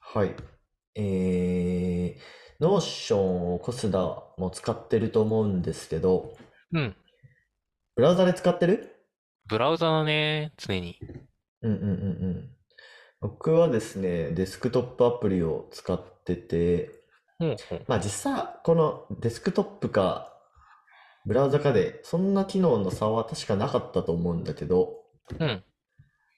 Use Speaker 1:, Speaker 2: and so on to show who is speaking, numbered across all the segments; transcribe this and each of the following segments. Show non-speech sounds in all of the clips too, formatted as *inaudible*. Speaker 1: はい。えー、ノーションをコスダも使ってると思うんですけど、
Speaker 2: うん。
Speaker 1: ブラウザで使ってる
Speaker 2: ブラウザだね、常に。
Speaker 1: うんうんうんうん。僕はですね、デスクトップアプリを使ってて、
Speaker 2: うんうん。
Speaker 1: まあ実際、このデスクトップかブラウザかで、そんな機能の差は確かなかったと思うんだけど、
Speaker 2: うん。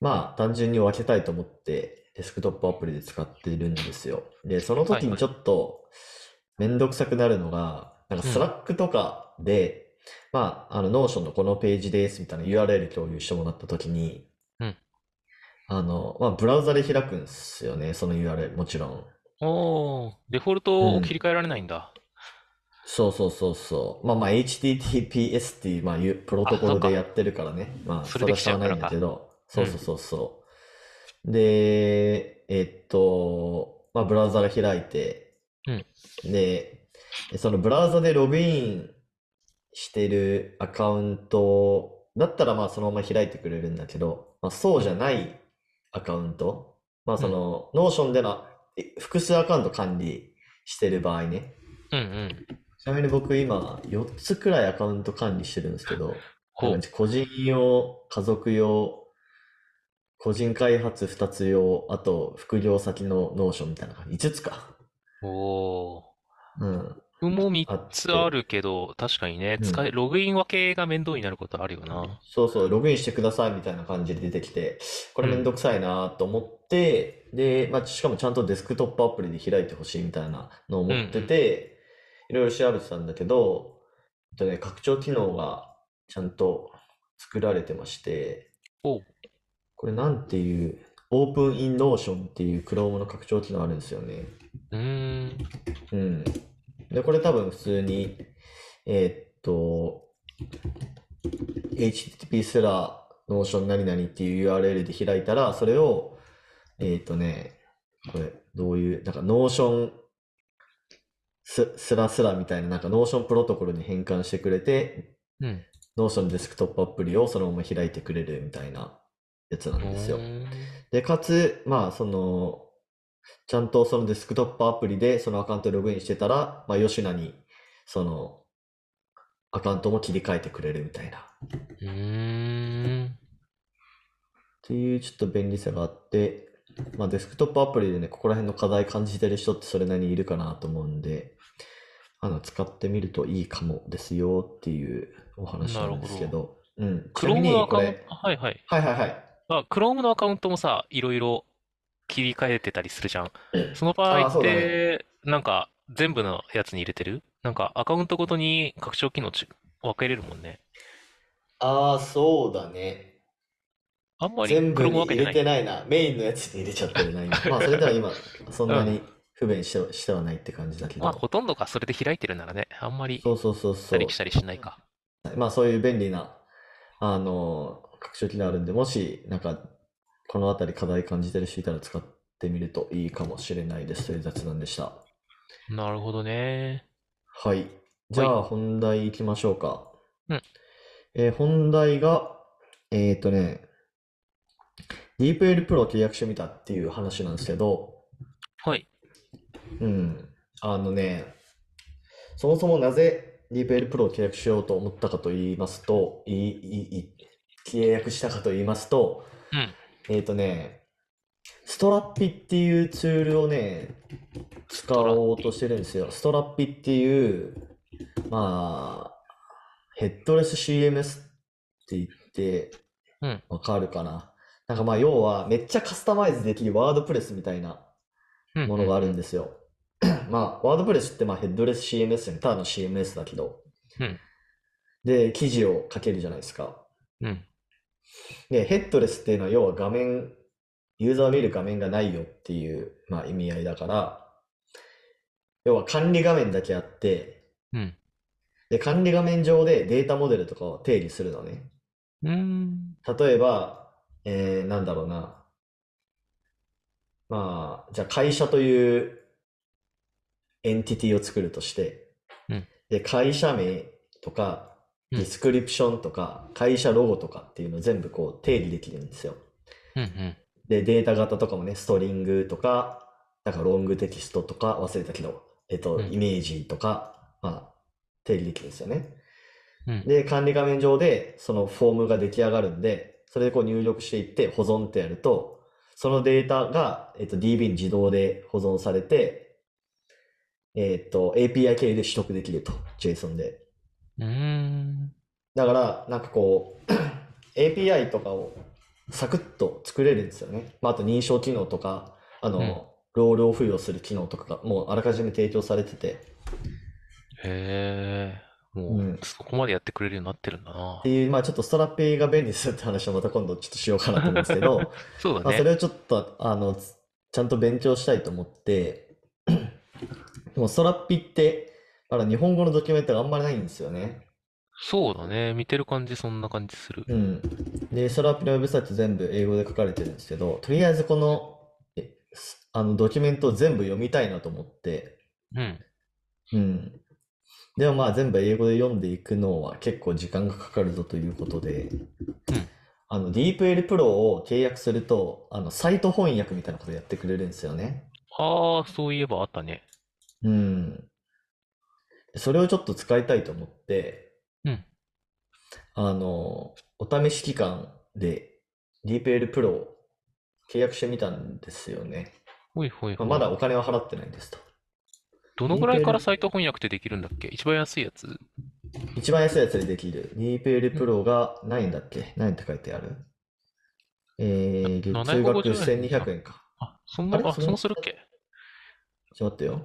Speaker 1: まあ単純に分けたいと思ってデスクトップアプリで使ってるんですよ。で、その
Speaker 2: は
Speaker 1: 時
Speaker 2: い
Speaker 1: に
Speaker 2: は
Speaker 1: ち
Speaker 2: い。
Speaker 1: ょっとめんどくさくなるのが、なんか
Speaker 2: う
Speaker 1: スラ
Speaker 2: ん。
Speaker 1: ックとかで、まあ、あの、ノーションのこのページですみたいな URL 共有してもらった時に、
Speaker 2: うん。
Speaker 1: あの、まあ、ブラウザで開くんですよね、その URL、もちろん。
Speaker 2: おー、デフォル
Speaker 1: う
Speaker 2: トを切り
Speaker 1: ん。
Speaker 2: 替えられないんだ。
Speaker 1: そうそうそうそう。まあまあ、HTTPS っていう、まあ、いうプロト
Speaker 2: あ、
Speaker 1: コ
Speaker 2: そう
Speaker 1: ルで
Speaker 2: か。
Speaker 1: やってるからね。まあ、
Speaker 2: そ
Speaker 1: そ
Speaker 2: れで
Speaker 1: れは
Speaker 2: き
Speaker 1: し
Speaker 2: ち
Speaker 1: ゃ
Speaker 2: ゃ
Speaker 1: あ
Speaker 2: う
Speaker 1: な
Speaker 2: か
Speaker 1: い
Speaker 2: ら
Speaker 1: んだ
Speaker 2: か。
Speaker 1: けど、
Speaker 2: う。
Speaker 1: そうそうんそうそう。で、えっと、まあ、ブラウザが開いて、
Speaker 2: うん。
Speaker 1: で、そのブラウザでログインしてるアカウントだったらまあそのまま開いてくれるんだけど、まあ、そうじゃないアカウント、まあ
Speaker 2: う
Speaker 1: そ
Speaker 2: ん。
Speaker 1: のノーションでのえ複数アカウント管理してる場合ね。
Speaker 2: うんうん。
Speaker 1: ちなみに僕今4つくらいアカウント管理してるんですけど、なん
Speaker 2: ほ
Speaker 1: かう
Speaker 2: う。
Speaker 1: ち個人用、家族用、個人開発2つ用、あと副業先のノーションみたいな感じ。5つか。
Speaker 2: おー。
Speaker 1: うん。
Speaker 2: 僕も3
Speaker 1: あっ
Speaker 2: つあ
Speaker 1: て。
Speaker 2: るけど、確かにね、
Speaker 1: う
Speaker 2: 使
Speaker 1: ん。
Speaker 2: い、ログイン分けが面倒になることあるよな。
Speaker 1: そうそう、ログインしてくださいみたいな感じで出てきて、こ
Speaker 2: う
Speaker 1: れめん
Speaker 2: ん。
Speaker 1: どくさいなと思って、で、まあ、しかもちゃんとデスクトップアプリで開いてほしいみたいなのを
Speaker 2: うん
Speaker 1: 持
Speaker 2: う
Speaker 1: って
Speaker 2: ん。
Speaker 1: て、いろいろ調べてたんだけど、えっとね、拡張機能がちゃんと作られてまして、
Speaker 2: おう。
Speaker 1: これなんていう、オープンインノーションっていう Chrome の拡張機能あるんですよね。
Speaker 2: うーん。
Speaker 1: うん。で、これ多分普通に、えーっと、HTTP すら Notion 何々っていう URL で開いたら、それを、えっとね、これ、どういう、なんか Notion す、すらすらみたいな、なんか Notion プロトコルに変換してくれて、
Speaker 2: うん。
Speaker 1: Notion デスクトップアプリをそのまま開いてくれるみたいなやつな
Speaker 2: うん
Speaker 1: ですよ。
Speaker 2: ーん。
Speaker 1: で、かつ、まあ、その、ちゃんとそのデスクトップアプリでそのアカウントログインしてたら、まあ、吉名に、その、アカウントも切り替えてくれるみたいな。っ
Speaker 2: うーん。
Speaker 1: ていうちょっと便利さがあって、まあ、デスクトップアプリでね、ここら辺の課題感じてる人ってそれなりにいるかなと思うんで、あの、使ってみるといいかもですよっていうお話
Speaker 2: な
Speaker 1: な
Speaker 2: る
Speaker 1: んで
Speaker 2: ほ
Speaker 1: すけ
Speaker 2: ど。
Speaker 1: ど、うん。ちなみ
Speaker 2: Chrome の
Speaker 1: に
Speaker 2: ア
Speaker 1: こ
Speaker 2: カウント、
Speaker 1: れ、
Speaker 2: はいはい。
Speaker 1: はいはいはい。
Speaker 2: まあ、Chrome のアカウントもさ、いろいろ切り替えてたりするじゃん。その場合
Speaker 1: あ
Speaker 2: っ
Speaker 1: あ、そうだね。
Speaker 2: て、なんか、全部のやつに入れてるなんか、アカウントごとに拡張機能ち分けれるもんね。
Speaker 1: ああ、そうだね。
Speaker 2: あんまり
Speaker 1: 全部
Speaker 2: Chrome 分
Speaker 1: に
Speaker 2: け
Speaker 1: 入れ
Speaker 2: てない。
Speaker 1: てないな。メインのやつに入れちゃってる
Speaker 2: *laughs*
Speaker 1: な、今。まあ、それでは今、そん
Speaker 2: う。
Speaker 1: なんに不便しては、してはないって感じだけ
Speaker 2: まあ、ほ
Speaker 1: ど。
Speaker 2: とんどがそれで開いてるならね、あんまり
Speaker 1: そうそうそう
Speaker 2: 行ったり来た
Speaker 1: そ
Speaker 2: りしないか。
Speaker 1: う。まあ、そういう便利な、あの、拡張機能あるんで、もし、なんか、このあたり課題感じてる人いたら使ってみるといいかもしれないです。という雑談でした。
Speaker 2: なるほどね。
Speaker 1: はい。じ
Speaker 2: は
Speaker 1: ゃ
Speaker 2: い。
Speaker 1: あ、本題いきましょうか。
Speaker 2: うん。
Speaker 1: えー本題が、えっとね、DeepL プロ契約してみたっていう話なんですけど、
Speaker 2: はい。
Speaker 1: うん。あのね、そもそもなぜ DeepL プロを契約しようと思ったかと言いますと、い、い、い、契約したかと言いますと、
Speaker 2: うん。
Speaker 1: えっとね、ストラッピっていうツールをね、
Speaker 2: ス
Speaker 1: 使
Speaker 2: トラッ
Speaker 1: おうと
Speaker 2: ピ。
Speaker 1: してるんですよ。ストラッピっていう、まあ、ヘッドレス CMS って言って、
Speaker 2: うん。
Speaker 1: わかるかな。なんかまあ、要は、めっちゃカスタマイズできるワードプレスみたいな
Speaker 2: うんうん
Speaker 1: ものがあ
Speaker 2: う
Speaker 1: るん
Speaker 2: ん。
Speaker 1: ですよ。まあ、ワードプレスってまあヘッドレス CMS ね、ただの CMS だけど、
Speaker 2: うん。
Speaker 1: で、記事を書けるじゃないですか。
Speaker 2: うん。
Speaker 1: で、ヘッドレスっていうのは要は画面、ユーザーを見る画面がないよっていう、まあ、意味合いだから、要は管理画面だけあって、
Speaker 2: うん。
Speaker 1: で、管理画面上でデータモデルとかを定義するのね。
Speaker 2: うーん。
Speaker 1: 例えば、えー、なんだろうな。まあ、じゃあ会社というエンティティを作るとして、
Speaker 2: うん。
Speaker 1: で、会社名とか、
Speaker 2: う
Speaker 1: ディ
Speaker 2: ん。
Speaker 1: スクリプションとか、会社ロゴとかっていうのを全部こう定義できるんですよ。
Speaker 2: うん。うん。
Speaker 1: で、データ型とかもね、ストリングとか、なんかロングテキストとか忘れたけど、えっと、
Speaker 2: うん
Speaker 1: イメージとか、まあ、定義できるんですよね。
Speaker 2: うん
Speaker 1: で、管理画面上でそのフォームが出来上がるんで、それでこう入力していって保存ってやると、そのデータが、えっと、DB に自動で保存されて、えっと、API 経由で取得できると、JSON で。
Speaker 2: うーん。
Speaker 1: だから、なんかこう、API とかをサクッと作れるんですよね。まあ、あと認証機能とか、あの、
Speaker 2: うん
Speaker 1: ロールを付与する機能とかが、もうあらかじめ提供されてて、
Speaker 2: へえ。も
Speaker 1: うん
Speaker 2: う、そこまでやってくれるようになってるんだな
Speaker 1: っ。ていう、まあ、ちょっとストラッペが便利でするって話をまた今度ちょっとしようかなと思うんですけど、
Speaker 2: そうだ
Speaker 1: まあ、そ
Speaker 2: ね。
Speaker 1: れをちょっと、あの、つちゃんと勉強したいと思って、 *clears throat* でも、ストラッピって、まだ日本語のドキュメントがあんまりないんですよね。
Speaker 2: そうだね。見てる感じ、そんな感じする。
Speaker 1: うん。で、それはプロウェブサイト全部英語で書かれてるんですけど、とりあえずこの、えすあのドキュメントを全部読みたいなと思って、
Speaker 2: うん。
Speaker 1: うん。でもまあ全部英語で読んでいくのは結構時間がかかるぞということで、あの DeepL Pro を契約すると、あのサイト翻訳みたいなことやってくれるんですよね。
Speaker 2: ああ、そういえばあったね。
Speaker 1: うん。それをちょっと使いたいと思って、
Speaker 2: うん
Speaker 1: あの、お試し期間で DeepL Pro を契約してみたんですよね。
Speaker 2: ほいほい
Speaker 1: ま
Speaker 2: ほ
Speaker 1: あ
Speaker 2: い。
Speaker 1: まだお金は払ってないですと。
Speaker 2: どのぐらいから
Speaker 1: 似てる
Speaker 2: サイト翻訳ってできるんだっけ一番安いやつ
Speaker 1: 一番安いやつでできる DeepL Pro が何円だっけ何円って書いてあるえー、月
Speaker 2: 750
Speaker 1: 額
Speaker 2: 円
Speaker 1: 1200円か。
Speaker 2: あ、そんな、
Speaker 1: あれ
Speaker 2: あ、
Speaker 1: そ
Speaker 2: そ
Speaker 1: れ
Speaker 2: んなするっけ
Speaker 1: ちょっと待ってよ。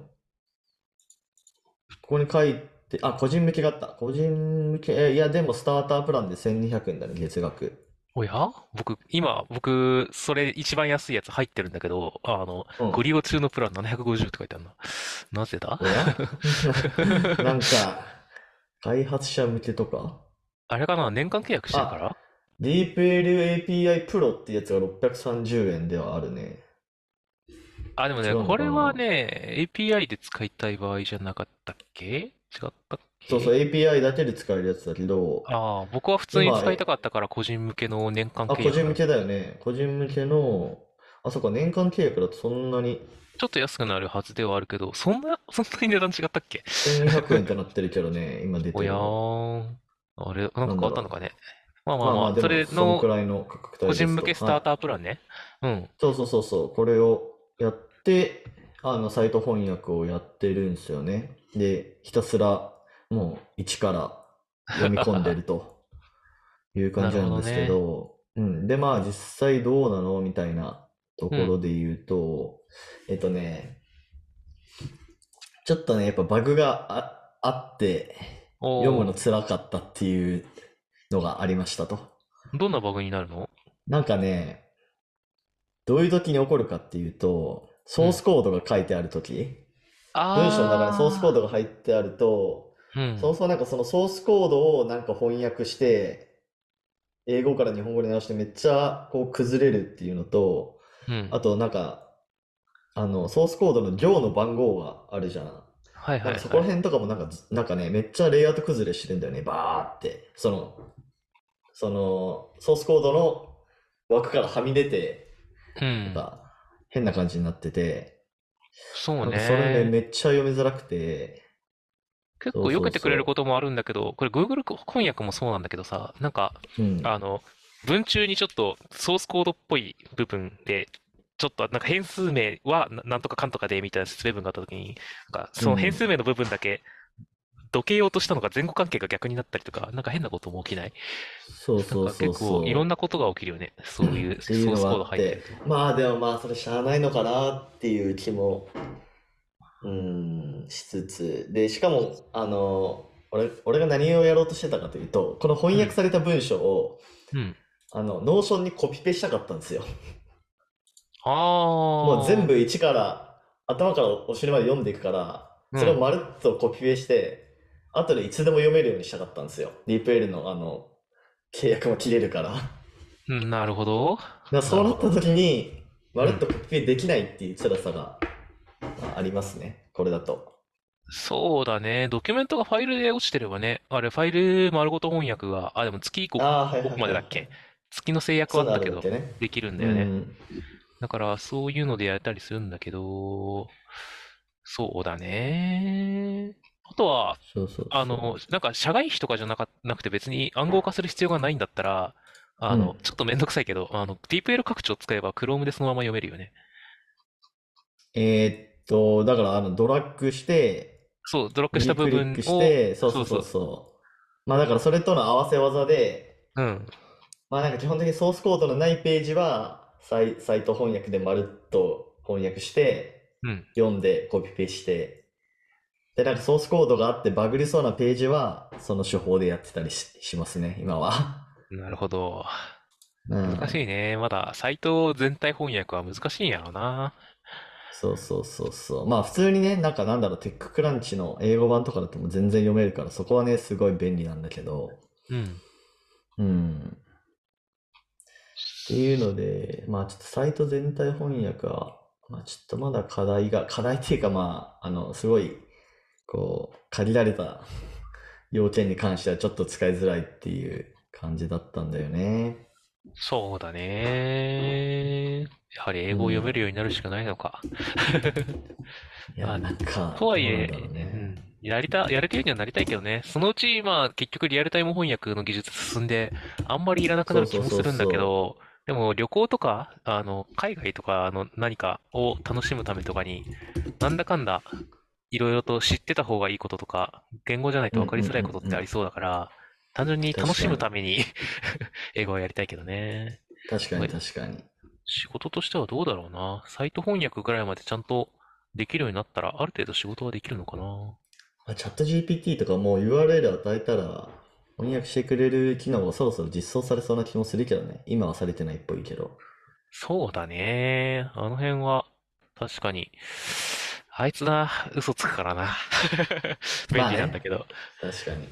Speaker 1: ここに書いて、あ、個人向けがあった。個人向け、えいや、でもスタータープランで1200円だね、月額。
Speaker 2: おや僕、今、僕、それ一番安いやつ入ってるんだけど、あの、
Speaker 1: うん
Speaker 2: ご利用中のプラン750って書いてあるな。なぜだ
Speaker 1: おや
Speaker 2: *laughs*
Speaker 1: なんか、開発者向けとか
Speaker 2: あれかな年間契約してるから
Speaker 1: ?DeepL API Pro ってやつが630円ではあるね。
Speaker 2: あ、でもね、
Speaker 1: 違うのかな
Speaker 2: これはね、API で使いたい場合じゃなかったっけ違ったっ
Speaker 1: そうそう、
Speaker 2: け
Speaker 1: API だけで使えるやつだけど、
Speaker 2: ああ、僕は普通に
Speaker 1: 今
Speaker 2: 使いたかったから、個人向けの年間
Speaker 1: あ、
Speaker 2: 契
Speaker 1: 個人
Speaker 2: 約。
Speaker 1: 向けだよね。個人向けの、あ、そっか、年間契約だとそんなに
Speaker 2: ちょっと安くなるはずではあるけど、そんな、そんなに値段違ったっけ
Speaker 1: 1200円ってなってるけどね、今出て
Speaker 2: お
Speaker 1: る
Speaker 2: や
Speaker 1: の。
Speaker 2: ーん。あれ、なんか変わったのかね。まあま
Speaker 1: ま
Speaker 2: あ
Speaker 1: あ
Speaker 2: ま
Speaker 1: まあ、
Speaker 2: あ、
Speaker 1: で
Speaker 2: それ
Speaker 1: も、その
Speaker 2: の
Speaker 1: くらいの価格帯
Speaker 2: 個
Speaker 1: です
Speaker 2: 人向
Speaker 1: と。
Speaker 2: けスタータープランね。うん。
Speaker 1: そうそうそうそう、これをやって、あの、サイト翻訳をやってるんですよね。で、ひたすら、もう、一から読み込んでる
Speaker 2: *laughs*
Speaker 1: という感じなんですけ
Speaker 2: なる
Speaker 1: ど、うん。で、まあ、実際どうなのみたいなところで言うと、えっとね、ちょっとね、やっぱバグがあ、あって、
Speaker 2: お
Speaker 1: 読む
Speaker 2: ー
Speaker 1: の辛かったっていうのがありましたと。
Speaker 2: どんなバグになるの
Speaker 1: なんかね、どういう時に起こるかっていうと、ソースコードが書いてある時、
Speaker 2: あ
Speaker 1: 文章の中にソースコー
Speaker 2: ド。
Speaker 1: ドが入ってあると、
Speaker 2: うん。
Speaker 1: そもそもなんかそのソースコードをなんか翻訳して、英語から日本語に直してめっちゃこう崩れるっていうのと、
Speaker 2: うん
Speaker 1: あとなんか、あの、ソースコードの行の番号があるじゃん。
Speaker 2: はい
Speaker 1: な
Speaker 2: は
Speaker 1: ん
Speaker 2: い
Speaker 1: かそこら
Speaker 2: はい。
Speaker 1: 辺とかもなんかず、なんかね、めっちゃレイアウト崩れしてるんだよね、バーって。その、その、ソースコードの枠からはみ出て、
Speaker 2: うん
Speaker 1: なん。か、変な感じになってて、
Speaker 2: そう
Speaker 1: なんか
Speaker 2: ね。
Speaker 1: それね、めっちゃ読みづらくて、
Speaker 2: 結
Speaker 1: そう
Speaker 2: 構
Speaker 1: そう
Speaker 2: 避けてくれることもあるんだけど、これ Google 翻訳もそうなんだけどさ、なんか、
Speaker 1: うん。
Speaker 2: あの、文中にちょっとソースコードっぽい部分で、ちょっとなんか変数名はななんとかかんとかでみたいな説明文があったときに、なんかその変数名の部分だけ、どけようとしたのが前後関係が逆になったりとか、なんか変なことも起きない。
Speaker 1: そうそう
Speaker 2: なんか
Speaker 1: そう
Speaker 2: 結
Speaker 1: そう。
Speaker 2: 構いろんなことが起きるよね。そういう
Speaker 1: っていう
Speaker 2: ソー
Speaker 1: の
Speaker 2: スコ
Speaker 1: が
Speaker 2: ード
Speaker 1: あっ
Speaker 2: 入っ
Speaker 1: て
Speaker 2: てる。、
Speaker 1: まあでもまあ、それしゃあないのかなっていう気も、うん、しつつ、で、しかも、あの、俺、俺が何をやろうとしてたかというと、この翻訳された文章を、
Speaker 2: うん。
Speaker 1: あの、ノーションにコピペしたかったんですよ。
Speaker 2: あ
Speaker 1: もう
Speaker 2: あ。
Speaker 1: 全部一から、頭からお尻まで読んでいくから、
Speaker 2: うん
Speaker 1: それをまるっとコピペして、後でいつでも読めるようにしたかったんですよ。DeepL のあの、契約も切れる
Speaker 2: *laughs*
Speaker 1: から。だか
Speaker 2: うんなるほど。
Speaker 1: らそうなった時に、まるっとコピペできないっていう辛さが、まあありますね。これだと。
Speaker 2: そうだね。ドキュメントがファイルで落ちてればね。あれ、ファイル丸ごと翻訳が、あ、でも月以降
Speaker 1: ああ、はいはい
Speaker 2: ここまでだっけ月の制約
Speaker 1: そ
Speaker 2: は
Speaker 1: う
Speaker 2: あ
Speaker 1: な
Speaker 2: った
Speaker 1: る
Speaker 2: け
Speaker 1: んだっ
Speaker 2: ど
Speaker 1: け、ね。
Speaker 2: できるんだよね。
Speaker 1: うん
Speaker 2: だから、そういうのでやれたりするんだけど、そうだね。あとは、
Speaker 1: そうそうそう
Speaker 2: あの、なんか、社外費とかじゃなか、なくて別に暗号化する必要がないんだったら、あの、
Speaker 1: うん
Speaker 2: ちょっとめんどくさいけど、あの、DeepL 拡張使えば Chrome でそのまま読めるよね。
Speaker 1: えーっと、だから、あの、ドラッグして、
Speaker 2: そう、ドロップした部
Speaker 1: 右クリ
Speaker 2: 分
Speaker 1: ックし
Speaker 2: を、
Speaker 1: て、そうそうそうそう。まあ、だから、それとの合わせ技で、
Speaker 2: うん、
Speaker 1: まあ、なんか基本的にソースコードのないページは、サイ、サイト翻訳でまるっと翻訳して、
Speaker 2: うん、
Speaker 1: 読んでコピペして、で、なんかソースコードがあってバグりそうなページは、その手法でやってたりし、しますね、今は。
Speaker 2: なるほど。
Speaker 1: うん。
Speaker 2: 難しいね。まだ、サイト全体翻訳は難しいんやろうな。
Speaker 1: そうそうそうそう。まあ普通にね、なんかなんだろう、テッククランチの英語版とかだともう全然読めるから、そこはね、すごい便利なんだけど。
Speaker 2: うん。
Speaker 1: うん。っていうので、まあちょっとサイト全体翻訳は、まあちょっとまだ課題が、課題っていうかまあ、あの、すごい、こう、限られた *laughs* 要件に関してはちょっと使いづらいっていう感じだったんだよね。
Speaker 2: そうだね。やはり英語を読めるようになるしかないのか。
Speaker 1: いや、
Speaker 2: まあ
Speaker 1: なんか、
Speaker 2: とはい
Speaker 1: どうな
Speaker 2: え、
Speaker 1: んだろう
Speaker 2: う
Speaker 1: ね。
Speaker 2: ん、やりた、やれるようにはなりたいけどね。そのうち、まあ、結局リアルタイム翻訳の技術進んで、あんまりいらなくなる気もするんだけど、でも旅行とか、あの、海外とかの何かを楽しむためとかに、なんだかんだ、いろいろと知ってた方がいいこととか、言語じゃないと分かりづらいことってありそうだから、単純に楽しむために *laughs* 英語はやりたいけどね。
Speaker 1: 確かに確かに。
Speaker 2: 仕事としてはどうだろうな。サイト翻訳ぐらいまでちゃんとできるようになったら、ある程度仕事はできるのかな。
Speaker 1: まあ、チャット GPT とかもう URL 与えたら翻訳してくれる機能がそろそろ実装されそうな気もするけどね。今はされてないっぽいけど。
Speaker 2: そうだね。あの辺は、確かに。あいつな、嘘つくか
Speaker 1: *laughs*
Speaker 2: らな。便利なんだけど。
Speaker 1: 確かに。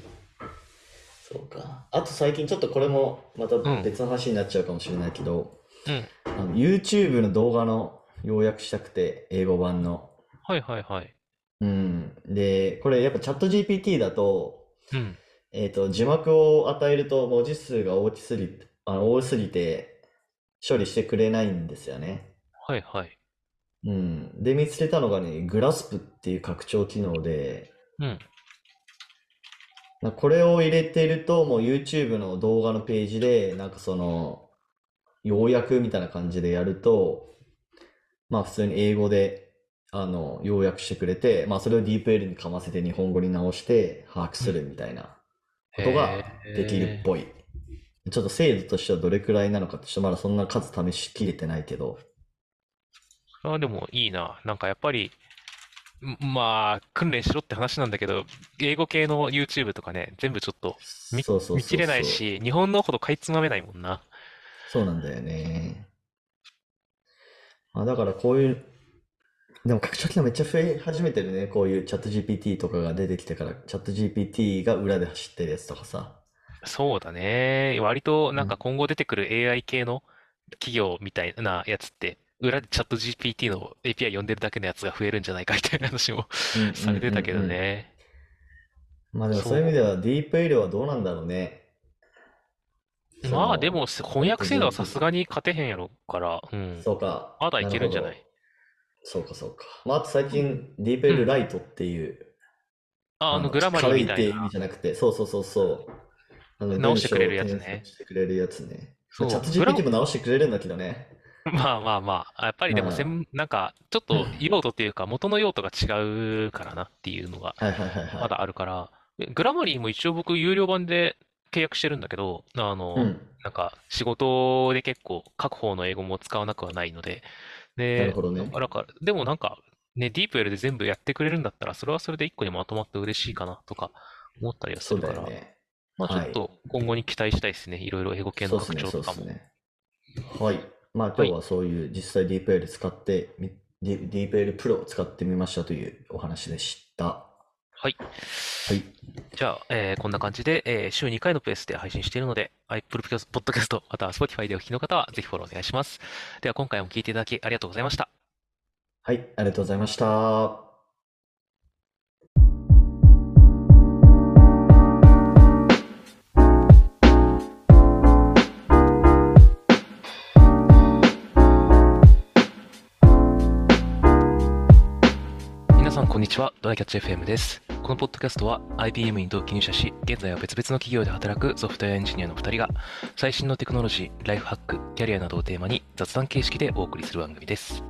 Speaker 1: そうか。あと最近ちょっとこれもまた
Speaker 2: ん
Speaker 1: 別の話になっちゃうかもしれないけど、
Speaker 2: うん。
Speaker 1: あの YouTube の動画の要約したくて、英語版の。
Speaker 2: はいはいはい。
Speaker 1: うん。で、これやっぱチャット GPT だと、
Speaker 2: うん。
Speaker 1: えっと、字幕を与えると文字数が大きすぎ、あの多すぎて処理してくれないんですよね。
Speaker 2: はいはい。
Speaker 1: うん。で、見つけたのがね、グラスプっていう拡張機能で、
Speaker 2: うん。
Speaker 1: なこれを入れてると、もう YouTube の動画のページで、なんかその、要約みたいな感じでやると、まあ普通に英語で、あの、要約してくれて、まあそれを DeepL にかませて日本語に直して把握するみたいなことができるっぽい。ちょっと精度としてはどれくらいなのかって、ちょっとまだそんな数試しきれてないけど、
Speaker 2: い。あ、でもいいな。なんかやっぱり、んまあ、訓練しろって話なんだけど、英語系の YouTube とかね、全部ちょっとみ
Speaker 1: そうそう
Speaker 2: 見切れない
Speaker 1: そうそう。
Speaker 2: し、日本のほどかいつまめないもんな。
Speaker 1: そうなんだよね。まあ、だからこういう、でも拡張機能めっちゃ増え始めてるね。こういうチャット GPT とかが出てきてから、チャット GPT が裏で走ってるやつとかさ。
Speaker 2: そうだね。割となんか今後出てくる AI 系の企業みたいなやつって、裏でチャット GPT の API 読んでるだけのやつが増えるんじゃないかみたいな話も *laughs* されてたけど
Speaker 1: うんうんうんうん。
Speaker 2: ね。
Speaker 1: まあでもそういう意味ではディープ L はどうなんだろうね。その
Speaker 2: まあでも翻訳精度はさすがに勝てへんやろから、うん。
Speaker 1: そうか。
Speaker 2: まだいけるんじゃない
Speaker 1: るほどそうかそうか。まああと最近ディープ L ライトっていう、
Speaker 2: あ、あの
Speaker 1: の
Speaker 2: グラマリー
Speaker 1: 軽
Speaker 2: み
Speaker 1: い
Speaker 2: た
Speaker 1: って
Speaker 2: い
Speaker 1: いう意
Speaker 2: な。
Speaker 1: 味じゃなくて、そうそうそうそう。あの
Speaker 2: 直してくれるやつね
Speaker 1: 文章を添削してくれるやつね。
Speaker 2: そう
Speaker 1: チャット
Speaker 2: グラ
Speaker 1: GPT も直してくれるんだけどね。
Speaker 2: *laughs* まあまあまあ。やっぱりでも
Speaker 1: うん
Speaker 2: せん、なんかちょっと用途っていうか元の用途が違うからなっていうのが
Speaker 1: はいはいはいはい。
Speaker 2: まだあるから、グラマリーも一応僕有料版で契約してるんだけど、あの、
Speaker 1: うん。
Speaker 2: なんか仕事で結構各方の英語も使わなくはないので、で、
Speaker 1: なるほどね。
Speaker 2: だから、でもなんか、ね、ディープ L で全部やってくれるんだったら、それはそれで一個にまとまって嬉しいかなとか思ったりはす
Speaker 1: そう
Speaker 2: る
Speaker 1: だよ
Speaker 2: から、
Speaker 1: ね。
Speaker 2: まあちょっと今後に期待したいですね。いろいろ英語系
Speaker 1: そ
Speaker 2: の
Speaker 1: うですね、
Speaker 2: 拡張
Speaker 1: そ
Speaker 2: と
Speaker 1: うで
Speaker 2: か
Speaker 1: す
Speaker 2: も。
Speaker 1: ね。はい。まあ今日はそういう実際 DeepL 使ってみ、ディ DeepL プロを使ってみましたというお話でした。
Speaker 2: はい。
Speaker 1: はい。
Speaker 2: じゃあ、えーこんな感じで、えー週2回のペースで配信しているので、Apple Podcast または Spotify でお聞きの方はぜひフォローお願いします。では今回も聞いていただきありがとうございました。
Speaker 1: はい、ありがとうございました。
Speaker 2: さん、こんにちは。ドライキャッチ FM です。このポッドキャストは IBM に同期入社し、現在は別々の企業で働くソフトウェアエンジニアの2人が、最新のテクノロジー、ライフハック、キャリアなどをテーマに雑談形式でお送りする番組です。